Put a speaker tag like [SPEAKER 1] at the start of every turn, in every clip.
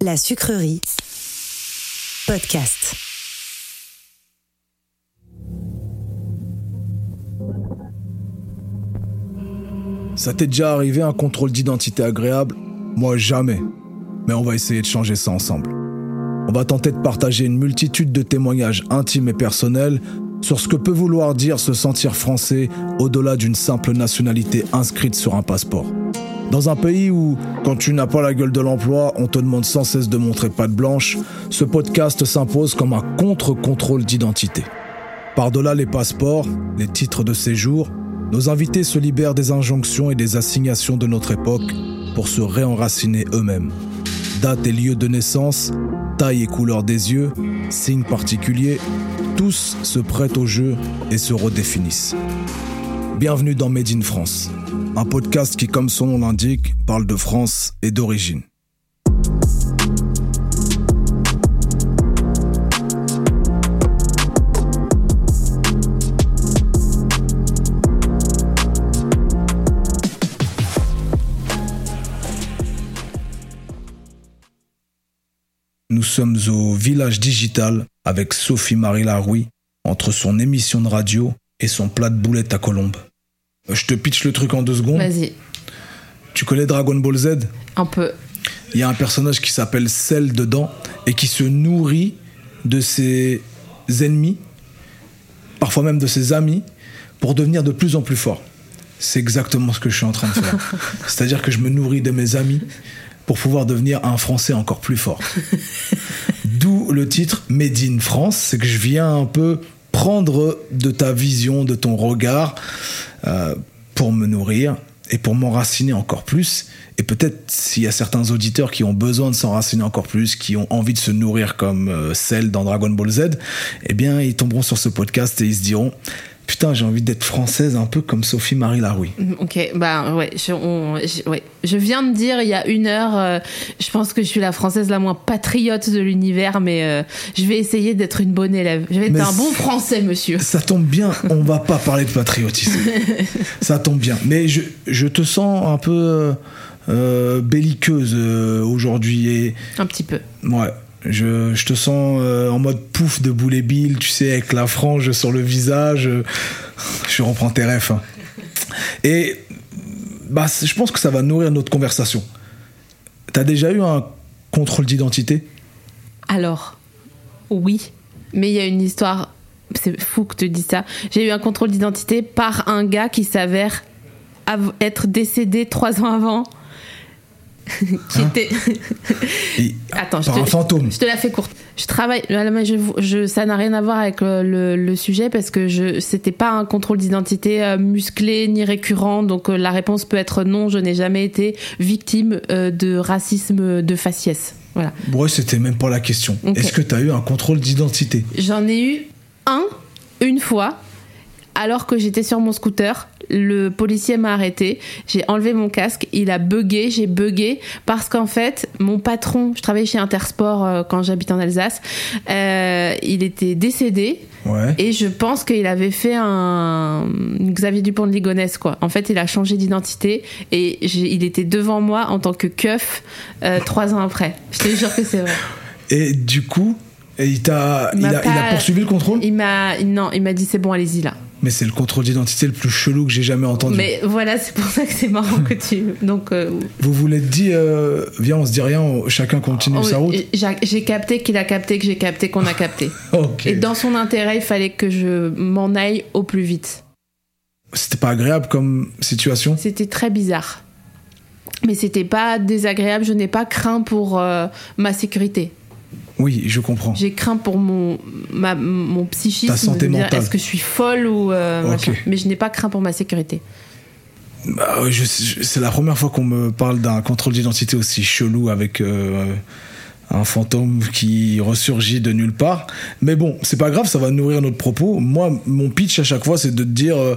[SPEAKER 1] La sucrerie. Podcast.
[SPEAKER 2] Ça t'est déjà arrivé un contrôle d'identité agréable Moi jamais. Mais on va essayer de changer ça ensemble. On va tenter de partager une multitude de témoignages intimes et personnels sur ce que peut vouloir dire se sentir français au-delà d'une simple nationalité inscrite sur un passeport. Dans un pays où, quand tu n'as pas la gueule de l'emploi, on te demande sans cesse de montrer patte blanche, ce podcast s'impose comme un contre-contrôle d'identité. Par-delà les passeports, les titres de séjour, nos invités se libèrent des injonctions et des assignations de notre époque pour se réenraciner eux-mêmes. Date et lieu de naissance, taille et couleur des yeux, signes particuliers, tous se prêtent au jeu et se redéfinissent. Bienvenue dans Made in France, un podcast qui, comme son nom l'indique, parle de France et d'origine. Nous sommes au Village Digital avec Sophie-Marie Laroui, entre son émission de radio et son plat de boulettes à colombe. Je te pitch le truc en deux secondes.
[SPEAKER 3] Vas-y,
[SPEAKER 2] Tu connais Dragon Ball Z
[SPEAKER 3] un peu.
[SPEAKER 2] Il y a un personnage qui s'appelle Cell dedans et qui se nourrit de ses ennemis, parfois même de ses amis, pour devenir de plus en plus fort. C'est exactement ce que je suis en train de faire. C'est-à-dire que je me nourris de mes amis pour pouvoir devenir un Français encore plus fort. D'où le titre Made in France, c'est que je viens un peu prendre de ta vision, de ton regard, euh, pour me nourrir et pour m'enraciner encore plus. Et peut-être s'il y a certains auditeurs qui ont besoin de s'enraciner encore plus, qui ont envie de se nourrir comme euh, celle dans Dragon Ball Z, eh bien ils tomberont sur ce podcast et ils se diront Putain, j'ai envie d'être française un peu comme Sophie-Marie Laroui.
[SPEAKER 3] Ok, bah ouais je, on- je- ouais. Je viens de dire il y a une heure, euh, je pense que je suis la française la moins patriote de l'univers, mais euh, je vais essayer d'être une bonne élève. Je vais être
[SPEAKER 2] Mais
[SPEAKER 3] un bon
[SPEAKER 2] c'est-
[SPEAKER 3] français, monsieur.
[SPEAKER 2] Ça tombe bien, on va pas parler de patriotisme. Ça tombe bien. Mais je, je te sens un peu euh, belliqueuse euh, aujourd'hui. Et
[SPEAKER 3] Un petit peu.
[SPEAKER 2] ouais, je, je te sens euh, en mode pouf de boulet bill, tu sais, avec la frange sur le visage. euh, Je reprends tes refs. hein. Et bah, c'est- je pense que ça va nourrir notre conversation. T'as déjà eu un contrôle d'identité
[SPEAKER 3] Alors, oui, mais il y a une histoire. C'est fou que tu dis ça. J'ai eu un contrôle d'identité par un gars qui s'avère av- être décédé trois ans avant.
[SPEAKER 2] Ah.
[SPEAKER 3] qui était.
[SPEAKER 2] Et-
[SPEAKER 3] Attends, je
[SPEAKER 2] Par
[SPEAKER 3] te-
[SPEAKER 2] un fantôme.
[SPEAKER 3] Je te la fais courte. Je travaille, voilà, mais je, je- ça n'a rien à voir avec euh, le, le sujet parce que je, c'était pas un contrôle d'identité euh, musclé ni récurrent, donc euh, la réponse peut être non. Je n'ai jamais été victime euh, de racisme de faciès. Voilà.
[SPEAKER 2] Ouais, c'était même pas la question.
[SPEAKER 3] Ok.
[SPEAKER 2] Est-ce que t'as eu un contrôle d'identité
[SPEAKER 3] J'en ai eu un, une fois, alors que j'étais sur mon scooter. Le policier m'a arrêté, j'ai enlevé mon casque, il a bugué, j'ai bugué parce qu'en fait, mon patron, je travaillais chez Intersport euh, quand j'habite en Alsace, euh, il était décédé
[SPEAKER 2] Ouais.
[SPEAKER 3] et je pense qu'il avait fait un Xavier Dupont de Ligonnès quoi. En fait, il a changé d'identité et j'ai- il était devant moi en tant que keuf euh, trois ans après. Je te jure que c'est vrai.
[SPEAKER 2] Et du coup, et il t'a,
[SPEAKER 3] Il
[SPEAKER 2] il,
[SPEAKER 3] m'a
[SPEAKER 2] a,
[SPEAKER 3] pas-
[SPEAKER 2] il a poursuivi le contrôle.
[SPEAKER 3] Il m'a non, il m'a dit c'est bon, allez-y là.
[SPEAKER 2] Mais c'est le contrôle d'identité le plus chelou que j'ai jamais entendu.
[SPEAKER 3] Mais voilà, c'est pour ça que c'est marrant que tu. Donc, euh,
[SPEAKER 2] Vous vous l'êtes dit, euh, viens, on se dit rien, on- chacun continue
[SPEAKER 3] on-
[SPEAKER 2] sa route.
[SPEAKER 3] j'ai j'ai capté qu'il a capté, que j'ai capté, qu'on a capté.
[SPEAKER 2] Ok.
[SPEAKER 3] Et dans son intérêt, il fallait que je m'en aille au plus vite.
[SPEAKER 2] C'était pas agréable comme situation.
[SPEAKER 3] C'était très bizarre. Mais c'était pas désagréable, je n'ai pas craint pour euh, ma sécurité.
[SPEAKER 2] Oui, je comprends.
[SPEAKER 3] J'ai craint pour mon, ma, mon psychisme.
[SPEAKER 2] Ta santé
[SPEAKER 3] de me dire,
[SPEAKER 2] mentale.
[SPEAKER 3] Est-ce que je suis folle ou. euh,
[SPEAKER 2] Ok.
[SPEAKER 3] machin. Mais je n'ai pas craint pour ma sécurité.
[SPEAKER 2] Bah, euh, je- je- c'est la première fois qu'on me parle d'un contrôle d'identité aussi chelou avec euh, un fantôme qui ressurgit de nulle part. Mais bon, c'est pas grave, ça va nourrir notre propos. Moi, mon pitch à chaque fois, c'est de te dire. euh,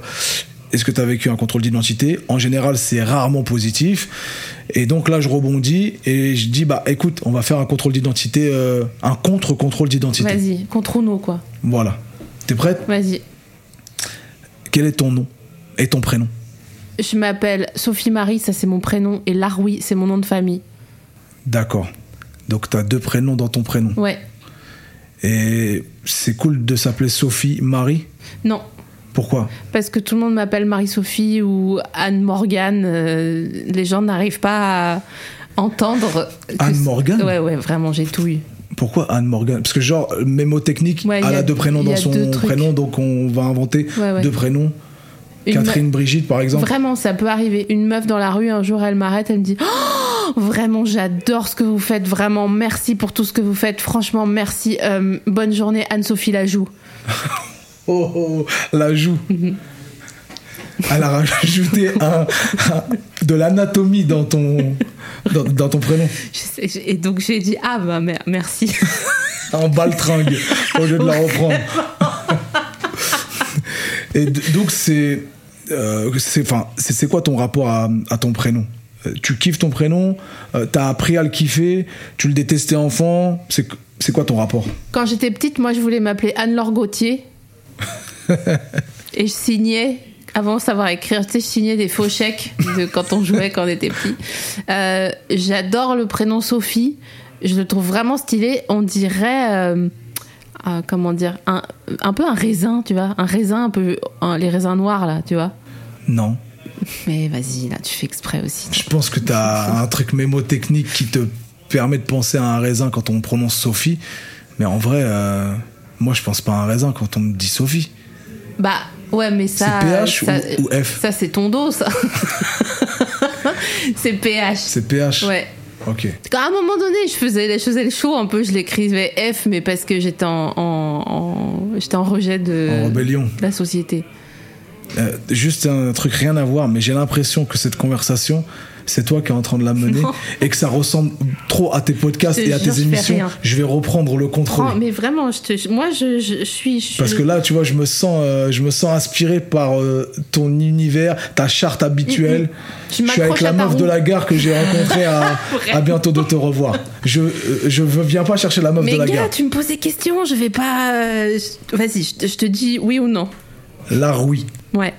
[SPEAKER 2] est-ce que tu as vécu un contrôle d'identité En général, c'est rarement positif. Et donc là, je rebondis et je dis bah écoute, on va faire un contrôle d'identité, euh, un contre-contrôle d'identité.
[SPEAKER 3] Vas-y, contre nous, quoi.
[SPEAKER 2] Voilà. T'es prête
[SPEAKER 3] Vas-y.
[SPEAKER 2] Quel est ton nom et ton prénom
[SPEAKER 3] Je m'appelle Sophie Marie, ça c'est mon prénom, et Laroui, c'est mon nom de famille.
[SPEAKER 2] D'accord. Donc t'as deux prénoms dans ton prénom.
[SPEAKER 3] Ouais.
[SPEAKER 2] Et c'est cool de s'appeler Sophie Marie
[SPEAKER 3] Non,
[SPEAKER 2] Pourquoi
[SPEAKER 3] parce que tout le monde m'appelle Marie-Sophie ou Anne Morgane. euh, les gens n'arrivent pas à entendre. que
[SPEAKER 2] Anne
[SPEAKER 3] c'est-
[SPEAKER 2] Morgane
[SPEAKER 3] Ouais, ouais, vraiment, j'ai tout eu.
[SPEAKER 2] Pourquoi Anne Morgan Parce que genre, mémotechnique,
[SPEAKER 3] Ouais,
[SPEAKER 2] elle
[SPEAKER 3] y a-
[SPEAKER 2] a deux prénoms
[SPEAKER 3] y
[SPEAKER 2] dans
[SPEAKER 3] a
[SPEAKER 2] son
[SPEAKER 3] deux trucs.
[SPEAKER 2] prénom, donc on va inventer
[SPEAKER 3] Ouais, ouais.
[SPEAKER 2] deux prénoms.
[SPEAKER 3] Une
[SPEAKER 2] Catherine Brigitte, par exemple.
[SPEAKER 3] Vraiment, ça peut arriver. Une meuf dans la rue, un jour, elle m'arrête, elle me dit Oh, Vraiment, j'adore ce que vous faites. Vraiment, merci pour tout ce que vous faites. Franchement, merci. Euh, bonne journée, Anne-Sophie Lajoux.
[SPEAKER 2] Oh, oh, la joue. Elle a rajouté un- un- de l'anatomie dans ton, dans, dans ton prénom.
[SPEAKER 3] Je sais, j'ai- Et donc, j'ai dit Ah, bah, mer- merci.
[SPEAKER 2] En baltringue, au lieu de la reprendre. Et d- donc, c'est. euh, c'est enfin, c'est- c'est quoi ton rapport à, à ton prénom Euh, Tu kiffes ton prénom euh, T'as appris à le kiffer Tu le détestais enfant C'est c'est quoi ton rapport
[SPEAKER 3] Quand j'étais petite, moi, je voulais m'appeler Anne-Laure Gauthier. Et je signais, avant de savoir écrire, tu sais, je signais des faux chèques de quand on jouait, quand on était petit. Euh, J'adore le prénom Sophie. Je le trouve vraiment stylé. On dirait. euh, euh, comment dire un, un peu un raisin, tu vois. Un raisin, un peu. un- les raisins noirs, là, tu vois.
[SPEAKER 2] Non.
[SPEAKER 3] Mais vas-y, là, tu fais exprès aussi.
[SPEAKER 2] Je pense que t'as un truc mémotechnique qui te permet de penser à un raisin quand on prononce Sophie. Mais en vrai, euh, moi, je pense pas à un raisin quand on me dit Sophie.
[SPEAKER 3] Bah ouais, mais ça. euh,
[SPEAKER 2] C'est PH ou-
[SPEAKER 3] ça-
[SPEAKER 2] ou F
[SPEAKER 3] Ça, c'est ton dos, ça. c'est PH.
[SPEAKER 2] C'est PH
[SPEAKER 3] Ouais.
[SPEAKER 2] Ok.
[SPEAKER 3] Quand à un moment donné, je faisais, je faisais le show un peu, je l'écrivais F, mais parce que j'étais en, en- en- j'étais en rejet de,
[SPEAKER 2] En rébellion.
[SPEAKER 3] de la société.
[SPEAKER 2] Euh, juste un truc rien à voir, mais j'ai l'impression que cette conversation, c'est toi qui es en train de la mener
[SPEAKER 3] Non.
[SPEAKER 2] et que ça ressemble trop à tes podcasts
[SPEAKER 3] Je te
[SPEAKER 2] et à
[SPEAKER 3] jure,
[SPEAKER 2] tes
[SPEAKER 3] je fais
[SPEAKER 2] émissions.
[SPEAKER 3] rien.
[SPEAKER 2] Je vais reprendre le contrôle.
[SPEAKER 3] Oh, mais vraiment, je te- moi, je, je- je suis. je-
[SPEAKER 2] Parce que là, tu vois, je me sens, euh, je me sens inspiré par euh, ton univers, ta charte habituelle.
[SPEAKER 3] Mm, mm. Tu
[SPEAKER 2] Je suis avec
[SPEAKER 3] m'accroches
[SPEAKER 2] la
[SPEAKER 3] à ta
[SPEAKER 2] meuf
[SPEAKER 3] roue.
[SPEAKER 2] de la gare que j'ai rencontrée à,
[SPEAKER 3] Vraiment.
[SPEAKER 2] à bientôt de te revoir. Je, euh, je veux- viens pas chercher la meuf
[SPEAKER 3] Mais
[SPEAKER 2] de la
[SPEAKER 3] gars,
[SPEAKER 2] gare.
[SPEAKER 3] tu me poses des questions, je vais pas. euh, je- Vas-y, je, te- je te dis oui ou non.
[SPEAKER 2] La rouille.
[SPEAKER 3] Ouais.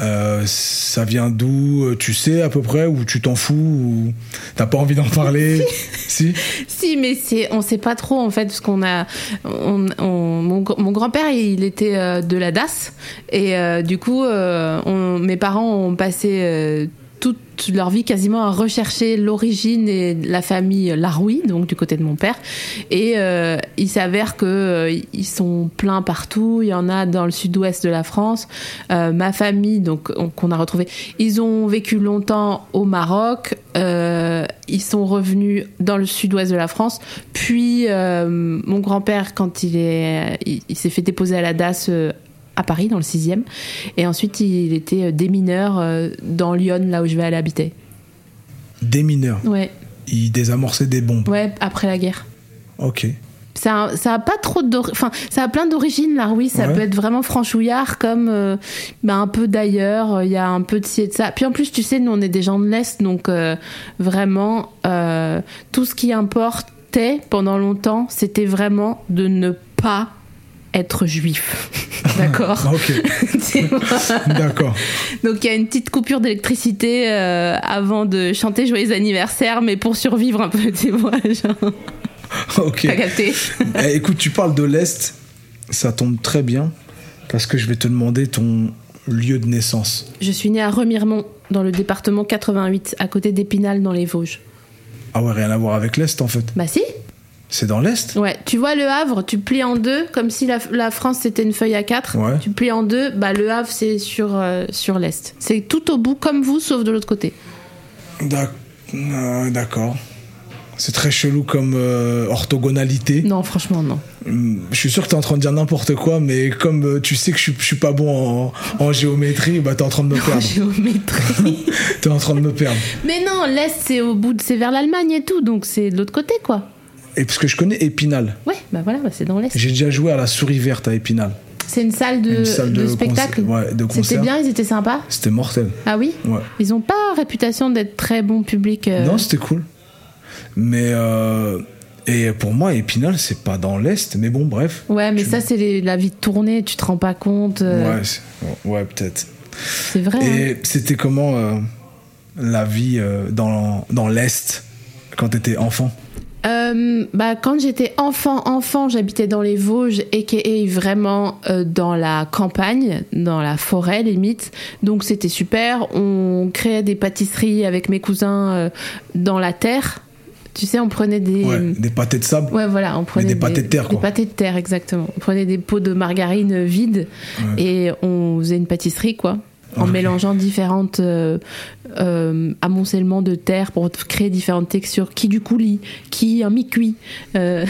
[SPEAKER 2] Euh, ça vient d'où euh, Tu sais à peu près ou tu t'en fous ou t'as pas envie d'en parler Si.
[SPEAKER 3] Si, mais c'est, on sait pas trop en fait, parce qu'on a, on, on- mon, gr- mon grand-père, il était euh, de la DAS, et euh, du coup, euh, on- mes parents ont passé euh, toute leur vie quasiment à rechercher l'origine et la famille Laroui, donc du côté de mon père, et euh, il s'avère que euh, ils sont pleins partout. Il y en a dans le sud-ouest de la France. Euh, ma famille, donc on- qu'on a retrouvée, ils ont vécu longtemps au Maroc. Euh, ils sont revenus dans le sud-ouest de la France. Puis euh, mon grand-père, quand il est, il, il s'est fait déposer à la DAS. euh, à Paris dans le 6e et ensuite il était euh, démineur euh, dans Lyon là où je vais aller habiter.
[SPEAKER 2] Des mineurs.
[SPEAKER 3] Ouais,
[SPEAKER 2] Ils désamorçaient des bombes.
[SPEAKER 3] ouais, après la guerre.
[SPEAKER 2] Ok.
[SPEAKER 3] Ça, ça a pas trop d'ori- enfin, ça a plein d'origines là, oui. Ça
[SPEAKER 2] Ouais.
[SPEAKER 3] peut être vraiment franchouillard, comme euh, ben, un peu d'ailleurs. euh, Il y a un peu de ci et de ça. Puis en plus, tu sais, nous on est des gens de l'est, donc euh, vraiment euh, tout ce qui importait pendant longtemps, c'était vraiment de ne pas être juif. D'accord.
[SPEAKER 2] Ok.
[SPEAKER 3] Tu vois
[SPEAKER 2] D'accord.
[SPEAKER 3] donc il y a une petite coupure d'électricité euh, avant de chanter joyeux anniversaire, mais pour survivre un peu, tu vois, genre,
[SPEAKER 2] Ok.
[SPEAKER 3] t'as capté.
[SPEAKER 2] Eh, écoute, tu parles de l'Est, ça tombe très bien, parce que je vais te demander ton lieu de naissance.
[SPEAKER 3] Je suis née à Remiremont, dans le département 88, à côté d'Épinal, dans les Vosges.
[SPEAKER 2] Ah ouais, rien à voir avec l'Est en fait.
[SPEAKER 3] Bah si
[SPEAKER 2] C'est dans l'Est
[SPEAKER 3] Ouais, tu vois le Havre, tu plies en deux, comme si la, la France c'était une feuille à quatre.
[SPEAKER 2] Ouais.
[SPEAKER 3] Tu plies en deux, bah le Havre c'est sur, euh, sur l'Est. C'est tout au bout, comme vous, sauf de l'autre côté.
[SPEAKER 2] D'ac- euh, D'accord. C'est très chelou comme euh, orthogonalité.
[SPEAKER 3] Non, franchement, non.
[SPEAKER 2] Hum, Je suis sûr que t'es en train de dire n'importe quoi, mais comme euh, tu sais que je suis, je suis pas bon en, en géométrie, bah t'es en train de me
[SPEAKER 3] En
[SPEAKER 2] perdre.
[SPEAKER 3] géométrie.
[SPEAKER 2] t'es en train de me perdre.
[SPEAKER 3] Mais non, l'Est c'est au bout, de- c'est vers l'Allemagne et tout, donc c'est de l'autre côté quoi.
[SPEAKER 2] Et parce que je connais Épinal.
[SPEAKER 3] Ouais, bah voilà, bah c'est dans l'Est.
[SPEAKER 2] J'ai déjà joué à la souris verte à Épinal.
[SPEAKER 3] C'est une salle de,
[SPEAKER 2] Une salle
[SPEAKER 3] de
[SPEAKER 2] de
[SPEAKER 3] spectacle.
[SPEAKER 2] concert- ouais, de
[SPEAKER 3] C'était
[SPEAKER 2] concert.
[SPEAKER 3] bien, ils étaient sympas.
[SPEAKER 2] C'était mortel.
[SPEAKER 3] Ah oui
[SPEAKER 2] Ouais.
[SPEAKER 3] Ils ont pas réputation d'être très bon public. euh,
[SPEAKER 2] Non, c'était cool. Mais euh, et pour moi, Épinal, c'est pas dans l'est, mais bon, bref.
[SPEAKER 3] Ouais, mais
[SPEAKER 2] Tu-
[SPEAKER 3] ça, c'est les- la vie de tournée, tu te rends pas compte. euh,
[SPEAKER 2] Ouais, c'est- ouais, peut-être.
[SPEAKER 3] C'est vrai. hein.
[SPEAKER 2] Et c'était comment euh, la vie euh, dans dans l'est quand t'étais enfant
[SPEAKER 3] Euh, bah, quand j'étais enfant, enfant, j'habitais dans les Vosges, et vraiment euh, dans la campagne, dans la forêt limite. Donc c'était super. On créait des pâtisseries avec mes cousins euh, dans la terre. Tu sais, on prenait des.
[SPEAKER 2] Ouais, des pâtés de sable.
[SPEAKER 3] Ouais, voilà, on prenait
[SPEAKER 2] des pâtés de terre,
[SPEAKER 3] Des
[SPEAKER 2] quoi.
[SPEAKER 3] pâtés de terre, exactement. On prenait des pots de margarine vides
[SPEAKER 2] Ouais.
[SPEAKER 3] et on faisait une pâtisserie, quoi. En
[SPEAKER 2] Ok.
[SPEAKER 3] mélangeant différentes euh, euh, amoncellements de terre pour créer différentes textures. Qui du coulis, qui un mi-cuit. euh,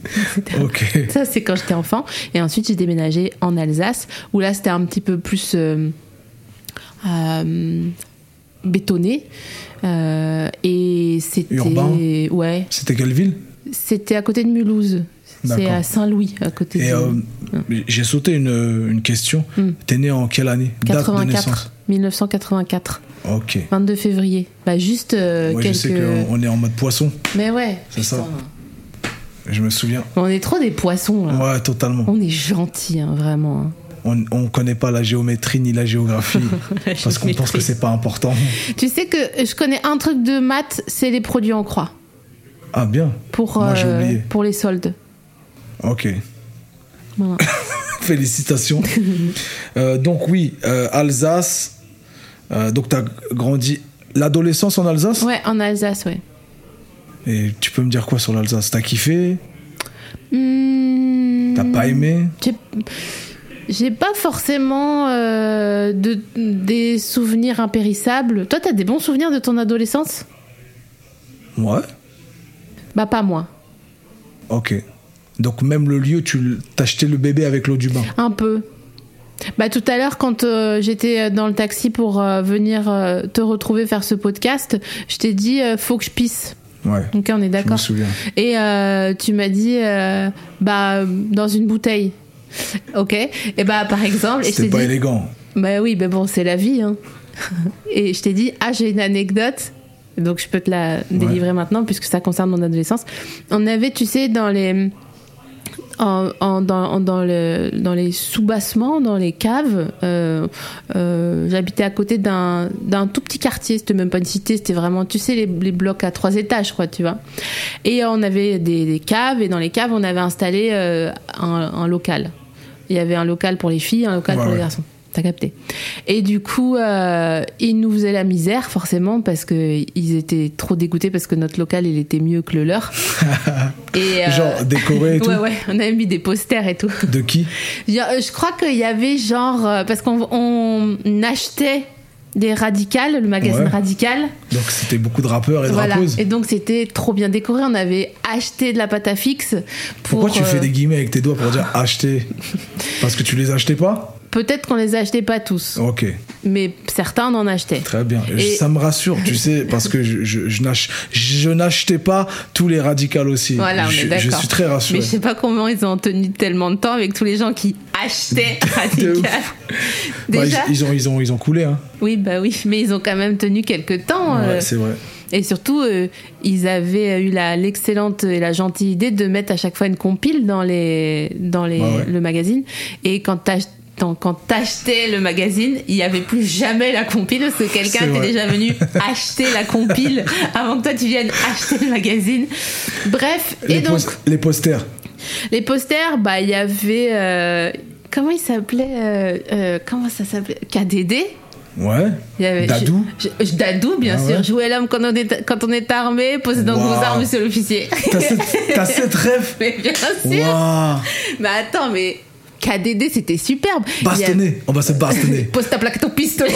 [SPEAKER 2] Ok.
[SPEAKER 3] ça, c'est quand j'étais enfant. Et ensuite, j'ai déménagé en Alsace, où là, c'était un petit peu plus euh, euh, bétonné. Euh, et c'était.
[SPEAKER 2] Urbain
[SPEAKER 3] Ouais.
[SPEAKER 2] C'était quelle ville
[SPEAKER 3] C'était à côté de Mulhouse. C'est
[SPEAKER 2] D'accord.
[SPEAKER 3] à Saint-Louis, à côté
[SPEAKER 2] Et
[SPEAKER 3] de.
[SPEAKER 2] euh, j'ai sauté une, une question.
[SPEAKER 3] Hmm.
[SPEAKER 2] T'es né en quelle année Date de
[SPEAKER 3] 84,
[SPEAKER 2] naissance
[SPEAKER 3] 1984,
[SPEAKER 2] Ok.
[SPEAKER 3] 22 février. Bah juste euh,
[SPEAKER 2] Moi,
[SPEAKER 3] quelques.
[SPEAKER 2] je sais qu'on est en mode poisson.
[SPEAKER 3] Mais ouais.
[SPEAKER 2] C'est ça.
[SPEAKER 3] putain.
[SPEAKER 2] Je me souviens.
[SPEAKER 3] On est trop des poissons là.
[SPEAKER 2] Ouais, totalement.
[SPEAKER 3] On est gentils, hein, vraiment. hein.
[SPEAKER 2] On on connaît pas la géométrie ni la géographie parce qu'on pense que c'est pas important.
[SPEAKER 3] Tu sais que je connais un truc de maths, c'est les produits en croix
[SPEAKER 2] Ah bien.
[SPEAKER 3] pour
[SPEAKER 2] Moi, j'ai
[SPEAKER 3] euh,
[SPEAKER 2] oublié.
[SPEAKER 3] pour les soldes.
[SPEAKER 2] Ok.
[SPEAKER 3] Voilà.
[SPEAKER 2] Félicitations. Euh, donc oui, euh, Alsace. Euh, donc t'as grandi l'adolescence en Alsace.
[SPEAKER 3] ouais, en Alsace, ouais.
[SPEAKER 2] Et tu peux me dire quoi sur l'Alsace T'as kiffé
[SPEAKER 3] Hmm,
[SPEAKER 2] T'as pas aimé
[SPEAKER 3] j'ai- J'ai pas forcément euh, de, des souvenirs impérissables. Toi, t'as des bons souvenirs de ton adolescence
[SPEAKER 2] Ouais.
[SPEAKER 3] Bah pas moi.
[SPEAKER 2] Ok. Donc même le lieu, tu l- t'as jeté le bébé avec l'eau du bain.
[SPEAKER 3] Un peu. Bah, tout à l'heure, quand euh, j'étais dans le taxi pour euh, venir euh, te retrouver faire ce podcast, je t'ai dit euh, faut que je pisse.
[SPEAKER 2] Ouais.
[SPEAKER 3] Ok, on est
[SPEAKER 2] Je me
[SPEAKER 3] d'accord.
[SPEAKER 2] souviens.
[SPEAKER 3] Et euh, tu m'as dit euh, bah dans une bouteille. Ok. Et bah par exemple, et je
[SPEAKER 2] C'était
[SPEAKER 3] t'ai
[SPEAKER 2] pas
[SPEAKER 3] dit
[SPEAKER 2] élégant.
[SPEAKER 3] bah oui, bah bon c'est la vie. hein. et je t'ai dit ah j'ai une anecdote. Donc je peux te la délivrer maintenant puisque ça concerne mon adolescence. On avait tu sais dans les en, en- dans, en- dans le, dans les sous-bassements, dans les caves. euh, euh, J'habitais à côté d'un d'un tout petit quartier, c'était même pas une cité, c'était vraiment, tu sais, les, les blocs à trois étages, quoi, tu vois. Et on avait des, des caves, et dans les caves, on avait installé euh, un, un local. Il y avait un local pour les filles, un local
[SPEAKER 2] Ouais,
[SPEAKER 3] pour les
[SPEAKER 2] ouais.
[SPEAKER 3] garçons. T'as capté. Et du coup, euh, ils nous faisaient la misère, forcément, parce que ils étaient trop dégoûtés parce que notre local, il était mieux que le leur. et, euh,
[SPEAKER 2] Genre décoré et tout.
[SPEAKER 3] Ouais, ouais, on avait mis des posters et tout.
[SPEAKER 2] De qui
[SPEAKER 3] Il y a- euh, Je crois qu'il y avait genre. euh, Parce qu'on on achetait des radicales, le magazine
[SPEAKER 2] Ouais.
[SPEAKER 3] radical.
[SPEAKER 2] Donc c'était beaucoup de rappeurs et de
[SPEAKER 3] Voilà.
[SPEAKER 2] rappeuses.
[SPEAKER 3] Et donc c'était trop bien décoré. On avait acheté de la pâte à fixe. Pour,
[SPEAKER 2] Pourquoi tu fais
[SPEAKER 3] euh,
[SPEAKER 2] des guillemets avec tes doigts pour dire acheter Parce que tu les achetais pas
[SPEAKER 3] Peut-être qu'on les achetait pas tous,
[SPEAKER 2] Ok,
[SPEAKER 3] mais certains on en achetaient.
[SPEAKER 2] très bien. Je-
[SPEAKER 3] Et-
[SPEAKER 2] Ça me rassure, tu sais, parce que je, je, je n'ach- je n'achetais pas tous les radicales aussi.
[SPEAKER 3] Voilà, on
[SPEAKER 2] je,
[SPEAKER 3] est d'accord.
[SPEAKER 2] je suis très rassuré.
[SPEAKER 3] Mais je sais pas comment ils ont tenu tellement de temps avec tous les gens qui achetaient
[SPEAKER 2] ouf.
[SPEAKER 3] radical.
[SPEAKER 2] Bah,
[SPEAKER 3] Déjà,
[SPEAKER 2] ils, ils ont, ils, ont, ils ont coulé, hein.
[SPEAKER 3] oui, bah oui, mais ils ont quand même tenu quelques temps. euh,
[SPEAKER 2] Ouais, c'est vrai.
[SPEAKER 3] Et surtout, euh, ils avaient eu la- l'excellente et la gentille idée de mettre à chaque fois une compile dans, les, dans les,
[SPEAKER 2] Ouais, ouais.
[SPEAKER 3] le magazine. Et quand t'ach- t'en- quand t'achetais le magazine, il n'y avait plus jamais la compile parce que quelqu'un
[SPEAKER 2] C'est
[SPEAKER 3] était
[SPEAKER 2] vrai.
[SPEAKER 3] déjà venu acheter la compile avant que toi tu viennes acheter le magazine. Bref, et
[SPEAKER 2] Les,
[SPEAKER 3] donc
[SPEAKER 2] pos- les posters.
[SPEAKER 3] les posters, bah il y avait euh, comment il s'appelait euh, euh, comment ça s'appelait KDD.
[SPEAKER 2] Ouais.
[SPEAKER 3] Il y avait-
[SPEAKER 2] Dadou.
[SPEAKER 3] je- je- je- Dadou, bien
[SPEAKER 2] Ah
[SPEAKER 3] sûr.
[SPEAKER 2] ouais.
[SPEAKER 3] Jouer l'homme quand on est, quand on est armé, posez donc vos
[SPEAKER 2] Waouh.
[SPEAKER 3] armes, monsieur l'officier.
[SPEAKER 2] T'as cette, t'as cette rêve
[SPEAKER 3] mais bien sûr.
[SPEAKER 2] Waouh
[SPEAKER 3] Mais attends, mais KDD, c'était superbe. Il y a-
[SPEAKER 2] Bastonner, on va se bastonner.
[SPEAKER 3] Pose ta plaque, ton
[SPEAKER 2] Oh,
[SPEAKER 3] pistolet.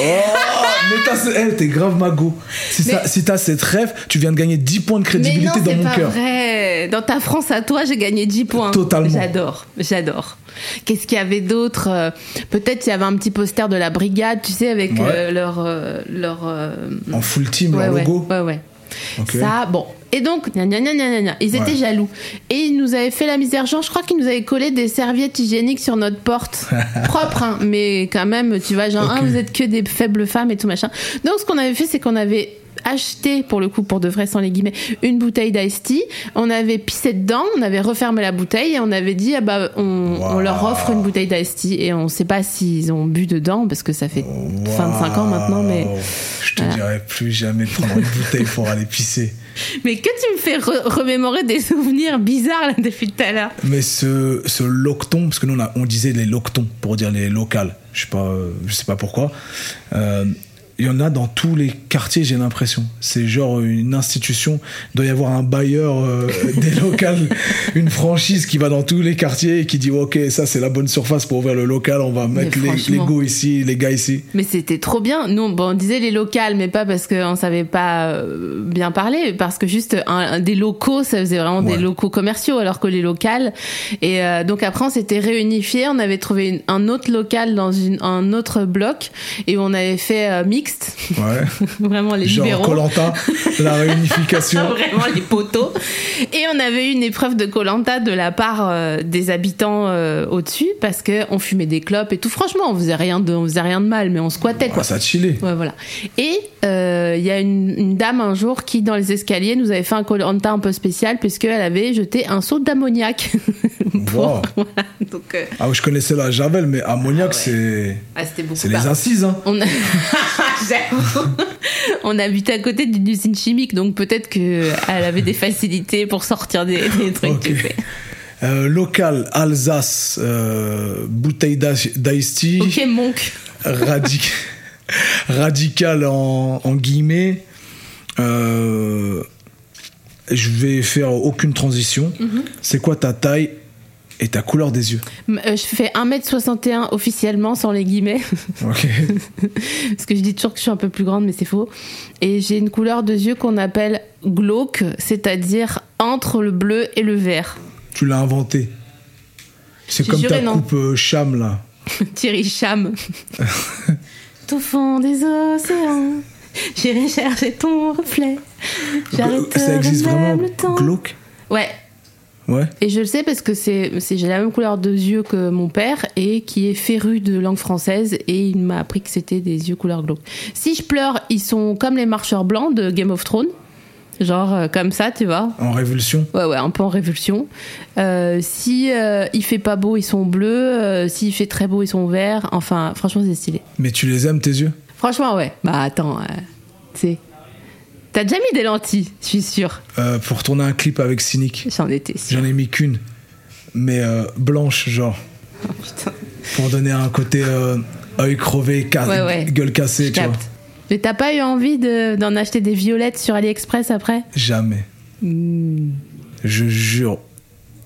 [SPEAKER 2] mais t'as, ce- eh, t'es grave magot. Si,
[SPEAKER 3] Mais-
[SPEAKER 2] ça- si t'as cette rêve, tu viens de gagner 10 points de
[SPEAKER 3] mais non,
[SPEAKER 2] crédibilité
[SPEAKER 3] c'est
[SPEAKER 2] dans mon
[SPEAKER 3] pas
[SPEAKER 2] cœur.
[SPEAKER 3] vrai. Dans ta France à toi, j'ai gagné 10 points.
[SPEAKER 2] Totalement.
[SPEAKER 3] J'adore, j'adore. Qu'est-ce qu'il y avait d'autre Euh, Peut-être il y avait un petit poster de la brigade, tu sais, avec
[SPEAKER 2] Ouais.
[SPEAKER 3] euh, leur. euh, leur euh,
[SPEAKER 2] En full team,
[SPEAKER 3] ouais,
[SPEAKER 2] leur
[SPEAKER 3] ouais,
[SPEAKER 2] logo.
[SPEAKER 3] ouais, ouais.
[SPEAKER 2] Ok.
[SPEAKER 3] Ça, bon. Et donc, gna, gna, gna, gna, gna, gna. ils étaient
[SPEAKER 2] Ouais.
[SPEAKER 3] jaloux. Et ils nous avaient fait la misère. Genre, je crois qu'ils nous avaient collé des serviettes hygiéniques sur notre porte. Propre, hein. Mais quand même, tu vois, genre, hein,
[SPEAKER 2] Ok.
[SPEAKER 3] ah, vous êtes que des faibles femmes et tout machin. Donc, ce qu'on avait fait, c'est qu'on avait acheté, pour le coup, pour de vrai, sans les guillemets, une bouteille d'ice tea. On avait pissé dedans, on avait refermé la bouteille et on avait dit, ah bah, on, on leur offre une bouteille d'ice tea. Et on sait pas s'ils ont bu dedans, parce que ça fait 25 ans maintenant, mais.
[SPEAKER 2] Waouh. Je te dirais plus jamais de prendre une bouteille pour aller pisser.
[SPEAKER 3] Mais que tu me fais re- remémorer des souvenirs bizarres, là, depuis tout à l'heure.
[SPEAKER 2] Mais ce, ce locton, parce que nous on, a- on disait les loctons pour dire les locales, je sais pas, euh, je sais pas pourquoi. Euh, Il y en a dans tous les quartiers, j'ai l'impression. C'est genre une institution. Il doit y avoir un bailleur euh, des locales, une franchise qui va dans tous les quartiers et qui dit Ok, ça c'est la bonne surface pour ouvrir le local, on va
[SPEAKER 3] Mais
[SPEAKER 2] mettre les, les
[SPEAKER 3] franchement.
[SPEAKER 2] go ici, les gars ici.
[SPEAKER 3] Mais c'était trop bien. Nous, bon, on disait les locales, mais pas parce qu'on savait pas euh, bien parler, parce que juste un, un- des locaux, ça faisait vraiment
[SPEAKER 2] Ouais.
[SPEAKER 3] des locaux commerciaux, alors que les locales. Et euh, donc après, on s'était réunifiés, on avait trouvé une- un autre local dans une, un autre bloc, et on avait fait euh, mixte,
[SPEAKER 2] Ouais.
[SPEAKER 3] vraiment les
[SPEAKER 2] Genre
[SPEAKER 3] libéraux.
[SPEAKER 2] Colanta, la réunification.
[SPEAKER 3] vraiment les poteaux. Et on avait eu une épreuve de Colanta de la part euh, des habitants euh, au-dessus parce que on fumait des clopes et tout. Franchement, on faisait rien de, on faisait rien de mal, mais on squattait quoi.
[SPEAKER 2] Ah, ça a chillé.
[SPEAKER 3] Ouais, voilà. Et euh, il y a une, une dame un jour qui, dans les escaliers, nous avait fait un colanta un peu spécial puisqu'elle avait jeté un seau d'ammoniac. Pour-
[SPEAKER 2] Wow.
[SPEAKER 3] voilà. Donc, euh,
[SPEAKER 2] Ah, je connaissais la Javel, mais ammoniac, c'est.
[SPEAKER 3] ah, c'était beaucoup
[SPEAKER 2] C'est les
[SPEAKER 3] par-
[SPEAKER 2] incises, hein.
[SPEAKER 3] on... J'avoue. on habitait à côté d'une usine chimique, donc peut-être qu'elle avait des facilités pour sortir des, des trucs.
[SPEAKER 2] Ok.
[SPEAKER 3] tu sais.
[SPEAKER 2] Euh, local, Alsace, euh, bouteille d'i- d'ice tea,
[SPEAKER 3] Ok, Monk.
[SPEAKER 2] radic- radical en, en guillemets. Euh, je vais faire aucune transition.
[SPEAKER 3] Mhm.
[SPEAKER 2] C'est quoi ta taille et ta couleur des yeux
[SPEAKER 3] M- euh, Je fais 1m61 officiellement, sans les guillemets.
[SPEAKER 2] Ok.
[SPEAKER 3] Parce que je dis toujours que je suis un peu plus grande, mais c'est faux. Et j'ai une couleur de yeux qu'on appelle glauque, c'est-à-dire entre le bleu et le vert.
[SPEAKER 2] tu l'as inventé. C'est
[SPEAKER 3] J'ai
[SPEAKER 2] comme
[SPEAKER 3] juré,
[SPEAKER 2] ta
[SPEAKER 3] non.
[SPEAKER 2] coupe euh, cham là.
[SPEAKER 3] Thierry Cham. Tout fond des océans, j'irai chercher ton reflet. J'arrêterai
[SPEAKER 2] Ça existe
[SPEAKER 3] même
[SPEAKER 2] vraiment
[SPEAKER 3] le temps.
[SPEAKER 2] glauque
[SPEAKER 3] Ouais,
[SPEAKER 2] Ouais.
[SPEAKER 3] et je le sais parce que c'est, c'est- j'ai la même couleur de yeux que mon père et qui est féru de langue française et il m'a appris que c'était des yeux couleur glauque. Si je pleure, ils sont comme les marcheurs blancs de Game of Thrones. Genre euh, comme ça, tu vois.
[SPEAKER 2] En révulsion
[SPEAKER 3] Ouais, ouais, un peu en révulsion. Euh, si euh, il fait pas beau, ils sont bleus. Euh, S'il fait très beau, ils sont verts. Enfin, franchement, c'est stylé.
[SPEAKER 2] Mais tu les aimes tes yeux
[SPEAKER 3] Franchement, ouais. Bah attends, euh, tu sais. T'as déjà mis des lentilles, je suis sûre.
[SPEAKER 2] Euh, Pour tourner un clip avec Cynic.
[SPEAKER 3] J'en étais sûre.
[SPEAKER 2] J'en ai mis qu'une, mais euh, blanche, genre,
[SPEAKER 3] Oh, putain.
[SPEAKER 2] pour donner un côté euh, œil crevé, ca-
[SPEAKER 3] Ouais, ouais.
[SPEAKER 2] gueule
[SPEAKER 3] Je
[SPEAKER 2] cassée, tu vois.
[SPEAKER 3] capte. Mais t'as pas eu envie de- d'en acheter des violettes sur AliExpress après
[SPEAKER 2] Jamais. Je jure,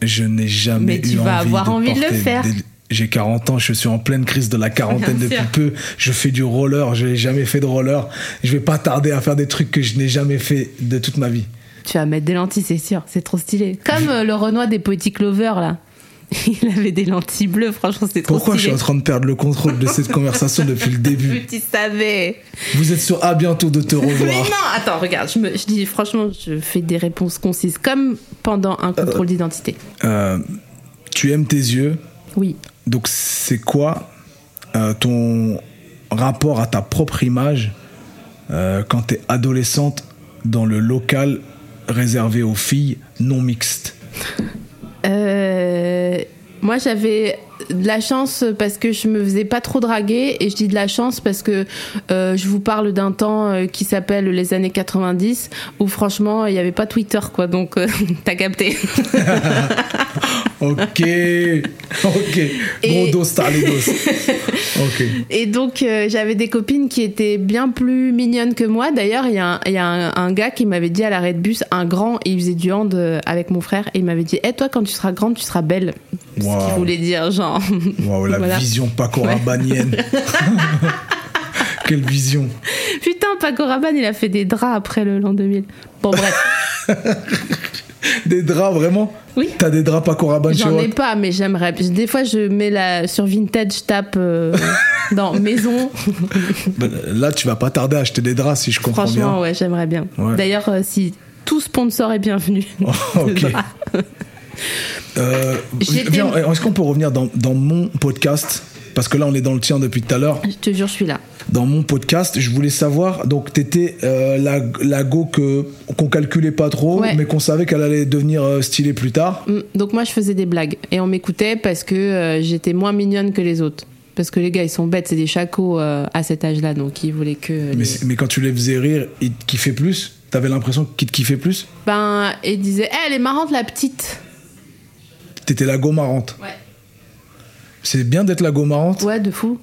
[SPEAKER 2] je n'ai jamais
[SPEAKER 3] Hmm. Mais tu
[SPEAKER 2] eu
[SPEAKER 3] vas
[SPEAKER 2] envie
[SPEAKER 3] avoir
[SPEAKER 2] de
[SPEAKER 3] envie de le
[SPEAKER 2] porter
[SPEAKER 3] faire.
[SPEAKER 2] des- J'ai 40 ans, je suis en pleine crise de la quarantaine
[SPEAKER 3] Bien
[SPEAKER 2] depuis
[SPEAKER 3] sûr.
[SPEAKER 2] peu. Je fais du roller, je n'ai jamais fait de roller. Je vais pas tarder à faire des trucs que je n'ai jamais fait de toute ma vie.
[SPEAKER 3] Tu vas mettre des lentilles, c'est sûr, c'est trop stylé. Comme euh, le Renoir des Poetic Lovers, là. Il avait des lentilles bleues, franchement, c'est trop
[SPEAKER 2] Pourquoi je suis
[SPEAKER 3] stylé.
[SPEAKER 2] en train de perdre le contrôle de cette conversation depuis le début
[SPEAKER 3] Plus tu savais.
[SPEAKER 2] Vous êtes sur à bientôt de te
[SPEAKER 3] Mais non,
[SPEAKER 2] revoir.
[SPEAKER 3] attends, regarde, je, me- je dis franchement, je fais des réponses concises, comme pendant un contrôle d'identité.
[SPEAKER 2] Euh, tu aimes tes yeux,
[SPEAKER 3] Oui.
[SPEAKER 2] Donc c'est quoi euh, ton rapport à ta propre image euh, quand t'es adolescente dans le local réservé aux filles non mixtes
[SPEAKER 3] Euh, moi, j'avais de la chance parce que je me faisais pas trop draguer et je dis de la chance parce que euh, je vous parle d'un temps euh, qui s'appelle les années 90 où franchement il n'y avait pas Twitter quoi donc euh, t'as capté
[SPEAKER 2] Ok, ok. Gros
[SPEAKER 3] Et-
[SPEAKER 2] dos, t'as les dos. Ok.
[SPEAKER 3] et donc euh, j'avais des copines qui étaient bien plus mignonnes que moi d'ailleurs il y a, un, il y a un, un gars qui m'avait dit à l'arrêt de bus un grand il faisait du hand euh, avec mon frère et il m'avait dit et toi quand tu seras grande tu seras belle ce
[SPEAKER 2] Waouh.
[SPEAKER 3] qu'il voulait dire genre
[SPEAKER 2] Waouh, la
[SPEAKER 3] Voilà.
[SPEAKER 2] vision Paco Rabannienne. Quelle vision.
[SPEAKER 3] Putain, Paco Rabanne, il a fait des draps après le l'an 2000. Bon, bref.
[SPEAKER 2] Des draps, vraiment
[SPEAKER 3] Oui.
[SPEAKER 2] T'as des draps Paco Rabanne chez
[SPEAKER 3] J'en
[SPEAKER 2] toi
[SPEAKER 3] ai pas, mais j'aimerais. Des fois, je mets la sur Vinted, je tape euh, dans maison.
[SPEAKER 2] Ben, Là, tu vas pas tarder à acheter des draps si je comprends
[SPEAKER 3] Franchement,
[SPEAKER 2] bien.
[SPEAKER 3] ouais, j'aimerais bien.
[SPEAKER 2] Ouais.
[SPEAKER 3] D'ailleurs, euh, si tout sponsor est bienvenu. Ah,
[SPEAKER 2] Oh, ok.
[SPEAKER 3] Draps.
[SPEAKER 2] Euh,
[SPEAKER 3] J'étais-
[SPEAKER 2] viens, est-ce qu'on peut revenir dans, dans mon podcast Parce que là, on est dans le tien depuis tout à l'heure.
[SPEAKER 3] Je te jure, je suis là.
[SPEAKER 2] Dans mon podcast, je voulais savoir, donc t'étais euh, la, la go que qu'on calculait pas trop,
[SPEAKER 3] Ouais.
[SPEAKER 2] mais qu'on savait qu'elle allait devenir euh, stylée plus tard.
[SPEAKER 3] Mm, Donc moi, je faisais des blagues et on m'écoutait parce que euh, j'étais moins mignonne que les autres. Parce que les gars, ils sont bêtes, c'est des chacos euh, à cet âge-là, donc ils voulaient que. les-
[SPEAKER 2] Mais, c'est- mais quand tu les faisais rire, ils te kiffaient plus T'avais l'impression qu'ils te kiffaient plus
[SPEAKER 3] Ben, ils disaient, Eh, elle est marrante la petite.
[SPEAKER 2] T'étais la go marrante.
[SPEAKER 3] Ouais.
[SPEAKER 2] C'est bien d'être la go marrante
[SPEAKER 3] Ouais, de fou.